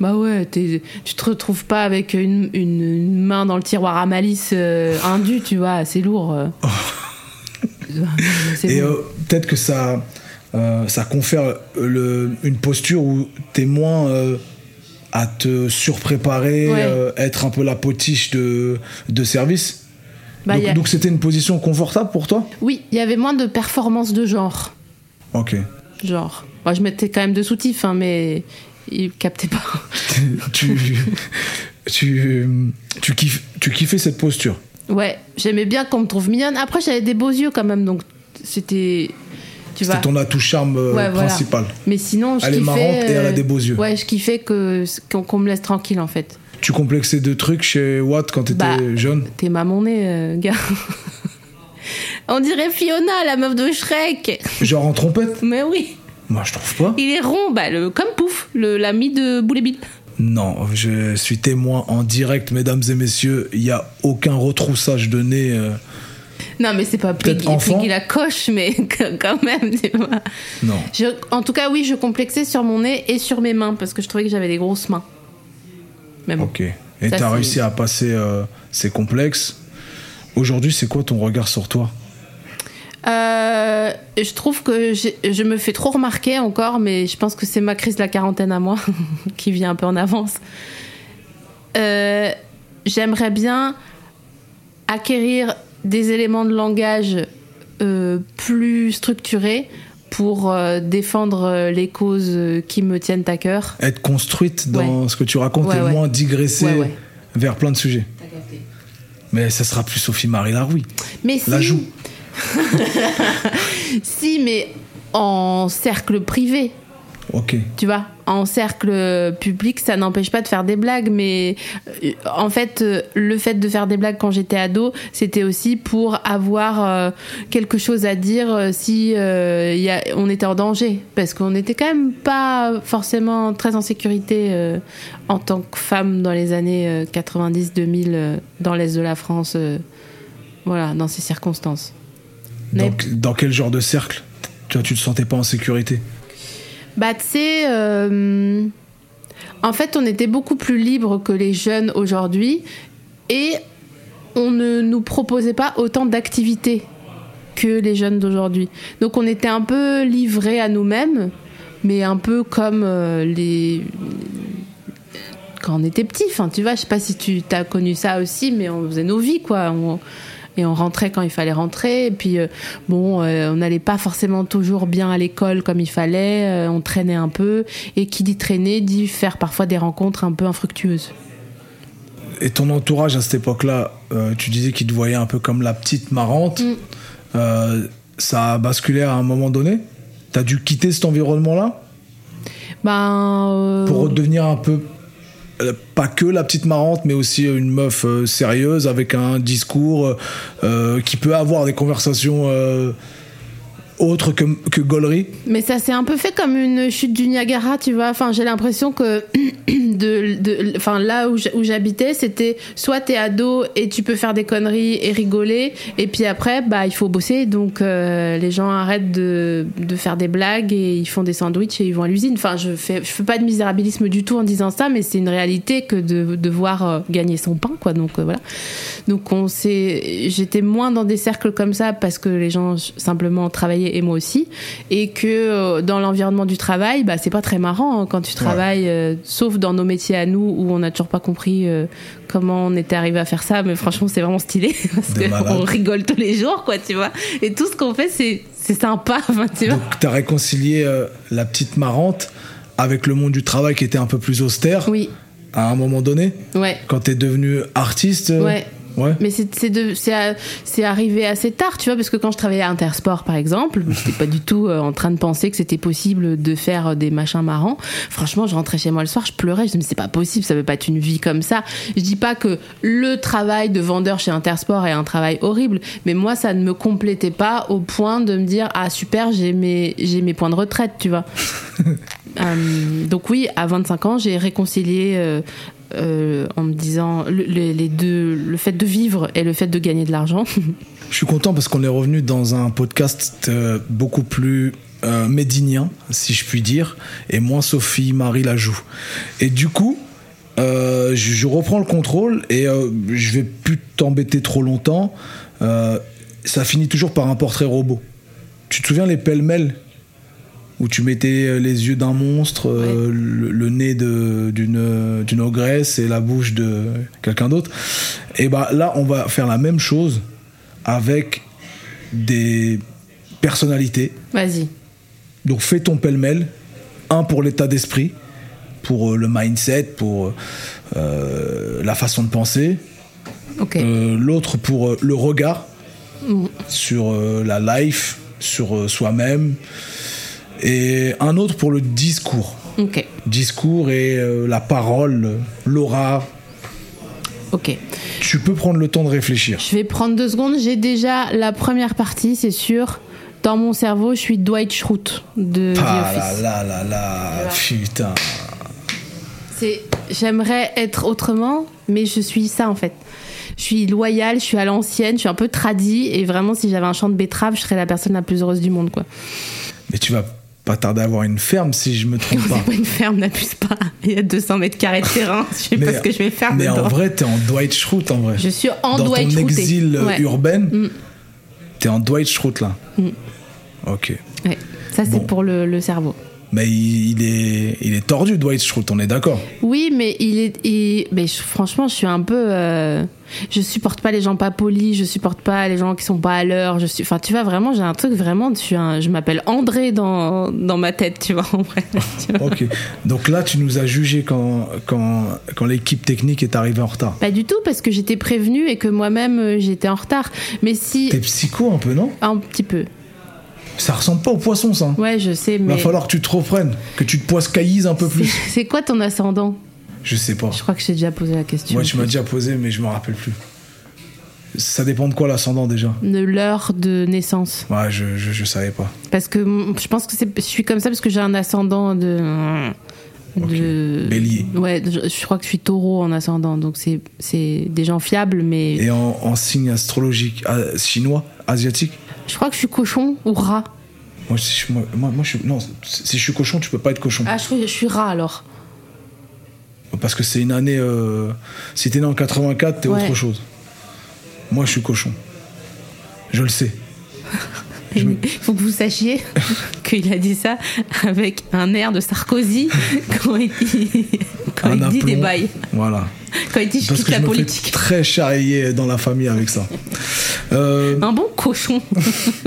[SPEAKER 3] Bah ouais, t'es- tu te retrouves pas avec une, une- une main dans le tiroir à malice euh, indu, tu vois, c'est lourd. euh. C'est
[SPEAKER 2] Oh. Et
[SPEAKER 3] bon.
[SPEAKER 2] euh, peut-être que ça, euh, ça confère euh, le, une posture où t'es moins euh, à te surpréparer,
[SPEAKER 3] Ouais.
[SPEAKER 2] euh, être un peu la potiche de, de service.
[SPEAKER 3] Bah,
[SPEAKER 2] donc
[SPEAKER 3] y a-
[SPEAKER 2] donc c'était une position confortable pour toi
[SPEAKER 3] Oui, il y avait moins de performances de genre.
[SPEAKER 2] Ok.
[SPEAKER 3] Genre. Moi, je mettais quand même de soutif, hein, mais ils captaient pas.
[SPEAKER 2] tu, tu, tu, kiffes, tu kiffais cette posture.
[SPEAKER 3] Bah. Ouais, j'aimais bien qu'on me trouve mignonne. Après, j'avais des beaux yeux quand même, donc c'était. Tu vois.
[SPEAKER 2] C'était ton atout charme euh,
[SPEAKER 3] Ouais, voilà.
[SPEAKER 2] principal.
[SPEAKER 3] Mais sinon, je
[SPEAKER 2] Elle est
[SPEAKER 3] kiffais,
[SPEAKER 2] marrante et elle a
[SPEAKER 3] euh,
[SPEAKER 2] des beaux yeux.
[SPEAKER 3] Ouais, je kiffais que qu'on qu'on me laisse tranquille en fait.
[SPEAKER 2] Tu complexais deux trucs chez Watt quand t'étais
[SPEAKER 3] Bah,
[SPEAKER 2] jeune
[SPEAKER 3] T'es ma monnaie, euh, gars. On dirait Fiona, la meuf de Shrek.
[SPEAKER 2] Genre en trompette
[SPEAKER 3] Mais oui,
[SPEAKER 2] Moi, je trouve pas.
[SPEAKER 3] il est rond, bah, le, comme Pouf, le- l'ami de Boulet Bill.
[SPEAKER 2] Non, je suis témoin en direct, mesdames et messieurs. Il n'y a aucun retroussage de nez. euh,
[SPEAKER 3] Non, mais c'est pas
[SPEAKER 2] Peut-être
[SPEAKER 3] Peggy,
[SPEAKER 2] enfant.
[SPEAKER 3] Peggy la coche, mais quand même, tu vois.
[SPEAKER 2] Non.
[SPEAKER 3] Je- en tout cas, oui, je complexais sur mon nez et sur mes mains parce que je trouvais que j'avais des grosses mains. Mais bon.
[SPEAKER 2] Ok. Et
[SPEAKER 3] Ça,
[SPEAKER 2] t'as
[SPEAKER 3] c'est-
[SPEAKER 2] réussi à passer euh, ces complexes. Aujourd'hui, c'est quoi ton regard sur toi
[SPEAKER 3] Euh, je trouve que j'ai- je me fais trop remarquer encore, mais je pense que c'est ma crise de la quarantaine à moi qui vient un peu en avance. Euh, J'aimerais bien acquérir des éléments de langage euh, plus structurés pour euh, défendre euh, les causes euh, qui me tiennent à cœur.
[SPEAKER 2] Être construite dans ce que tu racontes
[SPEAKER 3] Ouais,
[SPEAKER 2] et
[SPEAKER 3] ouais.
[SPEAKER 2] moins digresser
[SPEAKER 3] Ouais, ouais.
[SPEAKER 2] vers plein de sujets. Mais ça sera plus Sophie Marie Laroui.
[SPEAKER 3] Mais si,
[SPEAKER 2] La joue.
[SPEAKER 3] si, mais en cercle privé.
[SPEAKER 2] Ok.
[SPEAKER 3] tu vois, en cercle public, ça n'empêche pas de faire des blagues, mais euh, en fait, euh, le fait de faire des blagues quand j'étais ado, c'était aussi pour avoir euh, quelque chose à dire euh, si euh, il y a- on était en danger, parce qu'on n'était quand même pas forcément très en sécurité euh, en tant que femme dans les années euh, 90-2000 euh, dans l'est de la France, euh, voilà, dans ces circonstances. Mais-
[SPEAKER 2] Donc, dans quel genre de cercle tu, vois, tu te sentais pas en sécurité
[SPEAKER 3] Bah, tu sais, euh, en fait, on était beaucoup plus libre que les jeunes aujourd'hui et on ne nous proposait pas autant d'activités que les jeunes d'aujourd'hui. Donc, on était un peu livrés à nous-mêmes, mais un peu comme euh, les. Quand on était petit, enfin, tu vois, je sais pas si tu t'as connu ça aussi, mais on faisait nos vies, quoi. On- Et on rentrait quand il fallait rentrer. Et puis, euh, bon, euh, on n'allait pas forcément toujours bien à l'école comme il fallait, euh, on traînait un peu, et qui dit traîner dit faire parfois des rencontres un peu infructueuses.
[SPEAKER 2] Et ton entourage à cette époque-là, euh, tu disais qu'il te voyait un peu comme la petite marrante.
[SPEAKER 3] Mm.
[SPEAKER 2] Euh, ça a basculé à un moment donné T'as dû quitter cet environnement-là
[SPEAKER 3] Ben. euh,
[SPEAKER 2] pour redevenir un peu, euh, pas que la petite marrante, mais aussi une meuf euh, sérieuse avec un discours euh, euh, qui peut avoir des conversations euh, autres que, que gauleries.
[SPEAKER 3] Mais ça s'est un peu fait comme une chute du Niagara, tu vois. Enfin, j'ai l'impression que de, de- enfin, là où j'- où j'habitais, c'était soit t'es ado et tu peux faire des conneries et rigoler, et puis après, bah, il faut bosser, donc euh, les gens arrêtent de, de faire des blagues et ils font des sandwichs et ils vont à l'usine. Enfin, je fais, je fais pas de misérabilisme du tout en disant ça, mais c'est une réalité que de devoir euh, gagner son pain, quoi. Donc euh, voilà. Donc on s'est, j'étais moins dans des cercles comme ça parce que les gens simplement travaillaient et moi aussi, et que euh, dans l'environnement du travail, bah c'est pas très marrant hein, quand tu travailles, euh, sauf dans nos métiers à nous où on n'a toujours pas compris euh, comment on était arrivé à faire ça, mais franchement c'est vraiment stylé parce
[SPEAKER 2] Des malades.
[SPEAKER 3] qu'on rigole tous les jours, quoi, tu vois. Et tout ce qu'on fait c'est c'est sympa, enfin, tu vois.
[SPEAKER 2] Donc t'as réconcilié euh, la petite marrante avec le monde du travail qui était un peu plus austère
[SPEAKER 3] Oui,
[SPEAKER 2] à un moment donné
[SPEAKER 3] ouais.
[SPEAKER 2] quand t'es devenu artiste euh,
[SPEAKER 3] Ouais.
[SPEAKER 2] Ouais.
[SPEAKER 3] Mais c'est c'est de- c'est à- c'est arrivé assez tard, tu vois, parce que quand je travaillais à Intersport, par exemple, j'étais pas du tout euh, en train de penser que c'était possible de faire euh, des machins marrants. Franchement, je rentrais chez moi le soir, je pleurais, je disais, mais c'est pas possible, ça peut pas être une vie comme ça. Je dis pas que le travail de vendeur chez Intersport est un travail horrible, mais moi, ça ne me complétait pas au point de me dire, ah super, j'ai mes, j'ai mes points de retraite, tu vois. Euh, donc oui, à 25 ans, j'ai réconcilié euh, euh, en me disant le, le- les deux, le fait de vivre et le fait de gagner de l'argent.
[SPEAKER 2] Je suis content parce qu'on est revenu dans un podcast euh, beaucoup plus euh, médinien, si je puis dire, et moins Sophie Marie la joue. Et du coup, euh, je, je reprends le contrôle et euh, je vais plus t'embêter trop longtemps. Euh, ça finit toujours par un portrait robot. Tu te souviens les pêle-mêle où tu mettais euh, les yeux d'un monstre, euh, le, le nez de- d'une euh, d'une ogresse et la bouche de quelqu'un d'autre. Et bah là, on va faire la même chose avec des personnalités.
[SPEAKER 3] Vas-y.
[SPEAKER 2] Donc fais ton pêle-mêle, un pour l'état d'esprit, pour euh, le mindset, pour euh, la façon de penser,
[SPEAKER 3] Ok.
[SPEAKER 2] euh, l'autre pour euh, le regard
[SPEAKER 3] Mm.
[SPEAKER 2] sur euh, la life, sur euh, soi-même, et un autre pour le discours.
[SPEAKER 3] Ok.
[SPEAKER 2] Discours et euh, la parole, euh, l'aura.
[SPEAKER 3] Ok.
[SPEAKER 2] Tu peux prendre le temps de réfléchir.
[SPEAKER 3] Je vais prendre deux secondes. J'ai déjà la première partie, c'est sûr. Dans mon cerveau, je suis Dwight Schrute de The
[SPEAKER 2] Ah là
[SPEAKER 3] Office.
[SPEAKER 2] là là là, putain.
[SPEAKER 3] C'est j'aimerais être autrement, mais je suis ça en fait. Je suis loyale, je suis à l'ancienne, je suis un peu tradie et vraiment si j'avais un champ de betterave, je serais la personne la plus heureuse du monde quoi.
[SPEAKER 2] Mais tu vas pas tarder à avoir une ferme si je me trompe pas.
[SPEAKER 3] C'est pas une ferme, n'abuse pas. Il y a 200 mètres carrés de terrain. Je sais pas ce que je vais faire
[SPEAKER 2] mais
[SPEAKER 3] dedans.
[SPEAKER 2] en vrai, t'es en Dwight Schrute en vrai.
[SPEAKER 3] je suis en
[SPEAKER 2] Dans
[SPEAKER 3] Dwight
[SPEAKER 2] ton
[SPEAKER 3] Schrute.
[SPEAKER 2] exil euh,
[SPEAKER 3] Ouais. Mm.
[SPEAKER 2] urbain, t'es en Dwight Schrute là. Ok.
[SPEAKER 3] Ouais. Ça, c'est
[SPEAKER 2] Bon.
[SPEAKER 3] pour le, le cerveau.
[SPEAKER 2] Mais il, il est, il est tordu, Dwight Schrute, on est d'accord.
[SPEAKER 3] Oui, mais il est. il- mais je- franchement, je suis un peu. euh, je supporte pas les gens pas polis, je supporte pas les gens qui sont pas à l'heure. Je suis. Enfin, tu vois, vraiment, j'ai un truc vraiment. Je, suis un- je m'appelle André dans, dans ma tête, tu vois, en vrai. Tu vois.
[SPEAKER 2] Ok. Donc là, tu nous as jugé quand, quand, quand l'équipe technique est arrivée en retard.
[SPEAKER 3] Pas du tout, parce que j'étais prévenue et que moi-même, euh, j'étais en retard. Mais si.
[SPEAKER 2] T'es psycho un peu, non
[SPEAKER 3] Un petit peu.
[SPEAKER 2] Ça ressemble pas au poisson, ça. hein.
[SPEAKER 3] Ouais, je sais,
[SPEAKER 2] Va
[SPEAKER 3] mais.
[SPEAKER 2] falloir que tu te reprennes, que tu te poiscaillises un peu plus.
[SPEAKER 3] C'est quoi ton ascendant
[SPEAKER 2] Je sais pas.
[SPEAKER 3] Je crois que j'ai déjà posé la question.
[SPEAKER 2] Moi, tu m'as déjà posé, mais je me rappelle plus. Ça dépend de quoi l'ascendant déjà
[SPEAKER 3] de l'heure de naissance.
[SPEAKER 2] Ouais, je, je, je savais pas.
[SPEAKER 3] Parce que mm, je pense que c'est- je suis comme ça parce que j'ai un ascendant de. de
[SPEAKER 2] Bélier.
[SPEAKER 3] Ouais, je, je crois que je suis taureau en ascendant, donc c'est c'est des gens fiables, mais
[SPEAKER 2] Et en, en signe astrologique ah, chinois, asiatique
[SPEAKER 3] je crois que je suis cochon ou rat.
[SPEAKER 2] moi, si je- moi, moi, moi, je suis. Non, si je suis cochon, tu peux pas être cochon.
[SPEAKER 3] Ah, je, crois que je suis rat alors.
[SPEAKER 2] Parce que c'est une année. euh, si t'es né en 84, t'es
[SPEAKER 3] Ouais.
[SPEAKER 2] autre chose. Moi, je suis cochon. Je le sais. Je me-
[SPEAKER 3] Il faut que vous sachiez qu'il a dit ça avec un air de Sarkozy quand il dit, quand Ah, il dit des
[SPEAKER 2] aplomb.
[SPEAKER 3] bails.
[SPEAKER 2] Voilà.
[SPEAKER 3] Quand il dit je
[SPEAKER 2] Parce
[SPEAKER 3] quitte
[SPEAKER 2] que je
[SPEAKER 3] la
[SPEAKER 2] me fais
[SPEAKER 3] politique.
[SPEAKER 2] très charrier dans la famille avec ça. Euh,
[SPEAKER 3] Un bon cochon.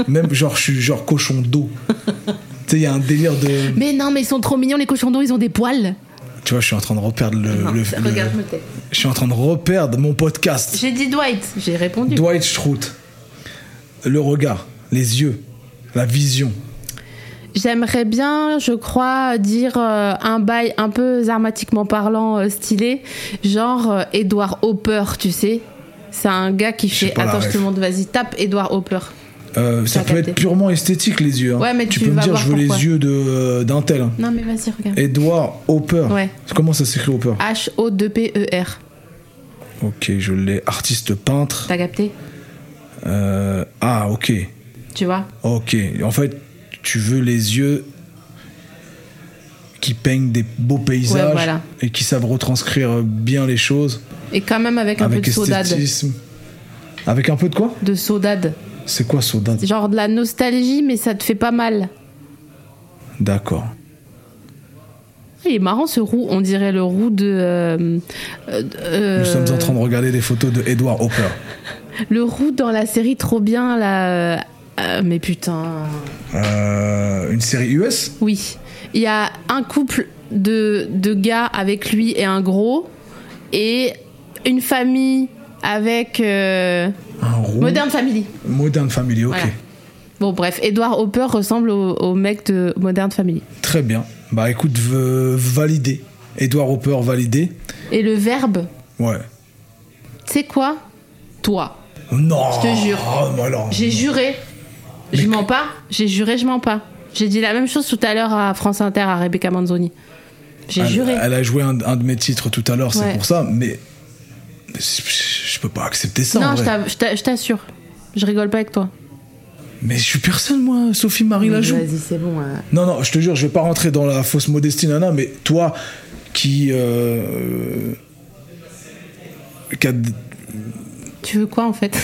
[SPEAKER 2] même genre, je suis genre cochon d'eau. tu sais, il y a un délire de.
[SPEAKER 3] Mais non, mais ils sont trop mignons, les cochons d'eau, ils ont des poils.
[SPEAKER 2] Tu vois, je suis en train de reperdre le.
[SPEAKER 3] Non,
[SPEAKER 2] le- le-
[SPEAKER 3] regarde, je me tais.
[SPEAKER 2] Je suis en train de reperdre mon podcast.
[SPEAKER 3] J'ai dit Dwight, j'ai répondu.
[SPEAKER 2] Dwight Schrute. Le regard, les yeux, la vision.
[SPEAKER 3] J'aimerais bien, je crois, dire euh, un bail un peu armatiquement parlant euh, stylé, genre euh, Edward Hopper, tu sais. C'est un gars qui
[SPEAKER 2] J'ai
[SPEAKER 3] fait.
[SPEAKER 2] pas la
[SPEAKER 3] Attends, je
[SPEAKER 2] ref.
[SPEAKER 3] te montre, vas-y, tape Edward Hopper.
[SPEAKER 2] Euh, ça
[SPEAKER 3] T'as
[SPEAKER 2] peut
[SPEAKER 3] capté.
[SPEAKER 2] être purement esthétique, les yeux. hein.
[SPEAKER 3] Ouais, mais tu
[SPEAKER 2] peux me
[SPEAKER 3] vas
[SPEAKER 2] dire,
[SPEAKER 3] voir
[SPEAKER 2] je veux
[SPEAKER 3] pourquoi.
[SPEAKER 2] les yeux de, euh, d'un tel. hein.
[SPEAKER 3] Non, mais vas-y, regarde.
[SPEAKER 2] Edward Hopper.
[SPEAKER 3] Ouais.
[SPEAKER 2] Comment ça s'écrit Hopper
[SPEAKER 3] H-O-2-P-E-R. Ah.
[SPEAKER 2] Ok, je l'ai. Artiste peintre.
[SPEAKER 3] T'as capté
[SPEAKER 2] Euh, ah, ok.
[SPEAKER 3] Tu vois
[SPEAKER 2] Ok. En fait, tu veux les yeux qui peignent des beaux paysages
[SPEAKER 3] Ouais, voilà.
[SPEAKER 2] et qui savent retranscrire bien les choses
[SPEAKER 3] Et quand même avec un
[SPEAKER 2] avec
[SPEAKER 3] peu de saudade.
[SPEAKER 2] esthétisme. Avec un peu de quoi
[SPEAKER 3] De saudade.
[SPEAKER 2] C'est quoi saudade
[SPEAKER 3] Genre de la nostalgie, mais ça te fait pas mal.
[SPEAKER 2] D'accord.
[SPEAKER 3] Il est marrant ce roux, on dirait le roux de. euh, euh,
[SPEAKER 2] Nous
[SPEAKER 3] euh,
[SPEAKER 2] sommes en train de regarder des photos de Edward Hopper.
[SPEAKER 3] Le roux dans la série trop bien là. euh, euh, mais putain.
[SPEAKER 2] Euh, une série US
[SPEAKER 3] Oui. Il y a un couple de, de gars avec lui et un gros. Et une famille avec euh,
[SPEAKER 2] Un roux.
[SPEAKER 3] Modern Family.
[SPEAKER 2] Modern Family, ok.
[SPEAKER 3] Voilà. Bon, bref, Edward Hopper ressemble au, au mec de Modern Family.
[SPEAKER 2] Très bien. Bah écoute, v- validé. Edouard Hopper, validé.
[SPEAKER 3] Et le verbe,
[SPEAKER 2] Ouais.
[SPEAKER 3] tu sais quoi Toi.
[SPEAKER 2] Non
[SPEAKER 3] Je te jure.
[SPEAKER 2] Oh, mais alors.
[SPEAKER 3] J'ai juré. Je
[SPEAKER 2] Mais-
[SPEAKER 3] mens pas. J'ai juré, je mens pas. J'ai dit la même chose tout à l'heure à France Inter, à Rebecca Manzoni. J'ai
[SPEAKER 2] elle,
[SPEAKER 3] juré.
[SPEAKER 2] elle a joué un, un de mes titres tout à l'heure, c'est
[SPEAKER 3] Ouais.
[SPEAKER 2] pour ça, mais. mais Je, je peux pas accepter ça. en
[SPEAKER 3] non, je
[SPEAKER 2] vrai.
[SPEAKER 3] t'a- je t'a- je t'assure. Je rigole pas avec toi.
[SPEAKER 2] Mais je suis personne, moi, Sophie Marie Lajoux.
[SPEAKER 3] c'est bon. euh.
[SPEAKER 2] Non, non, je te jure, je vais pas rentrer dans la fausse modestie, nana, mais toi qui. euh, qui a-
[SPEAKER 3] Tu veux quoi en fait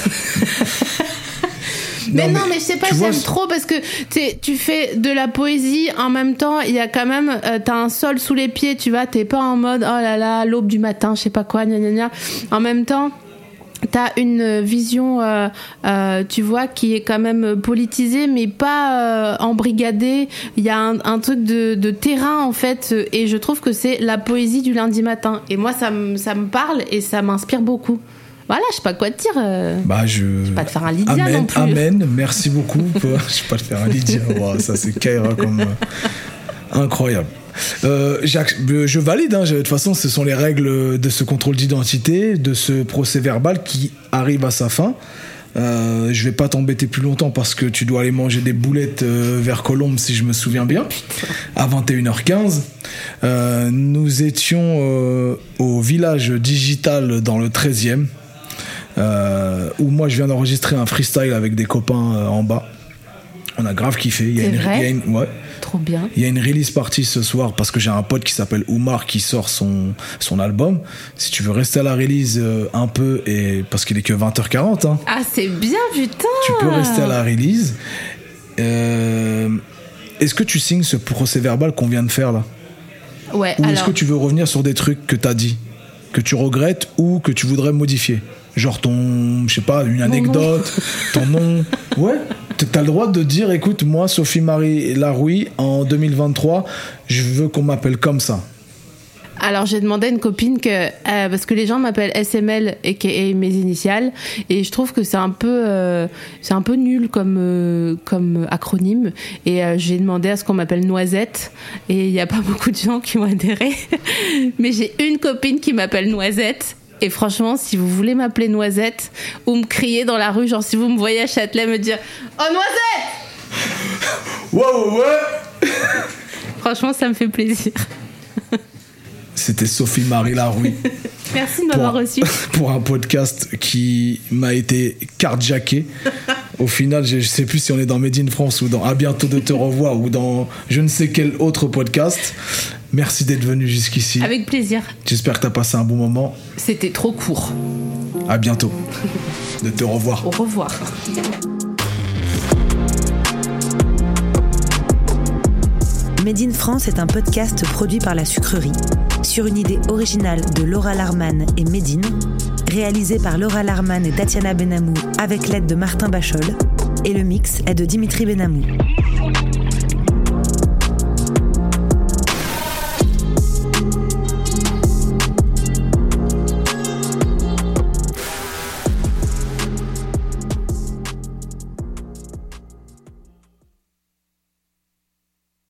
[SPEAKER 3] Mais non, mais, je sais pas,
[SPEAKER 2] tu vois,
[SPEAKER 3] j'aime
[SPEAKER 2] c'est-
[SPEAKER 3] trop parce que tu sais, tu fais de la poésie en même temps, il y a quand même, euh, t'as un sol sous les pieds, tu vois, t'es pas en mode oh là là, l'aube du matin, je sais pas quoi, gna gna gna. En même temps, t'as une vision, euh, euh, tu vois, qui est quand même politisée, mais pas euh, embrigadée. Il y a un, un truc de, de terrain en fait, euh, et je trouve que c'est la poésie du lundi matin. Et moi, ça me ça me parle et ça m'inspire beaucoup. Voilà, je sais pas quoi te dire. euh.
[SPEAKER 2] Bah, je.
[SPEAKER 3] Pas de faire un Lydia
[SPEAKER 2] Amen,
[SPEAKER 3] non plus.
[SPEAKER 2] amen, merci beaucoup. Je vais pas le faire un Lydia. Wow, ça, c'est Kaira comme. euh, incroyable. Euh, j'ac- euh, je valide, hein, je- de toute façon, ce sont les règles de ce contrôle d'identité, de ce procès verbal qui arrive à sa fin. Euh, je vais pas t'embêter plus longtemps parce que tu dois aller manger des boulettes euh, vers Colombes, si je me souviens bien, à 21h15. Euh, nous étions euh, au village digital dans le 13e euh, où moi je viens d'enregistrer un freestyle avec des copains euh, en bas. On a grave kiffé. Il y a
[SPEAKER 3] C'est
[SPEAKER 2] une,
[SPEAKER 3] vrai
[SPEAKER 2] il y a une- ouais.
[SPEAKER 3] Trop bien.
[SPEAKER 2] Il y a une release party ce soir parce que j'ai un pote qui s'appelle Oumar qui sort son, son album. Si tu veux rester à la release euh, un peu, et parce qu'il est que 20h40, hein,
[SPEAKER 3] Ah, c'est bien, putain
[SPEAKER 2] tu peux rester à la release. Euh, est-ce que tu signes ce procès verbal qu'on vient de faire là
[SPEAKER 3] Ouais,
[SPEAKER 2] Ou est-ce
[SPEAKER 3] alors,
[SPEAKER 2] que tu veux revenir sur des trucs que t'as dit, que tu regrettes ou que tu voudrais modifier Genre ton, je sais pas, une anecdote, ton nom. Ouais, t- t'as le droit de dire, écoute, moi, Sophie-Marie Larouille, en 2023, je veux qu'on m'appelle comme ça.
[SPEAKER 3] alors j'ai demandé à une copine que euh, parce que les gens m'appellent SML et mes initiales et je trouve que c'est un peu euh, c'est un peu nul comme euh, comme acronyme et euh, j'ai demandé à ce qu'on m'appelle Noisette et il y a pas beaucoup de gens qui ont adhéré mais j'ai une copine qui m'appelle Noisette et franchement, si vous voulez m'appeler Noisette ou me crier dans la rue, genre si vous me voyez à Châtelet me dire "Oh Noisette
[SPEAKER 2] Ouais, ouais, ouais
[SPEAKER 3] Franchement, ça me fait plaisir.
[SPEAKER 2] C'était Sophie-Marie Larouille
[SPEAKER 3] Merci de m'avoir
[SPEAKER 2] Pour-
[SPEAKER 3] reçu.
[SPEAKER 2] pour un podcast qui m'a été carjacké. Au final, je je sais plus si on est dans Made in France ou dans À bientôt de te revoir ou dans je ne sais quel autre podcast. Merci d'être venu jusqu'ici.
[SPEAKER 3] Avec plaisir.
[SPEAKER 2] J'espère que t'as passé un bon moment.
[SPEAKER 3] C'était trop court.
[SPEAKER 2] À bientôt. De te revoir.
[SPEAKER 3] Au revoir.
[SPEAKER 1] Made in France est un podcast produit par la sucrerie, sur une idée originale de Laura Larman et Médine, réalisé par Laura Larman et Tatiana Benamou avec l'aide de Martin Bachol, et le mix est de Dimitri Benamou.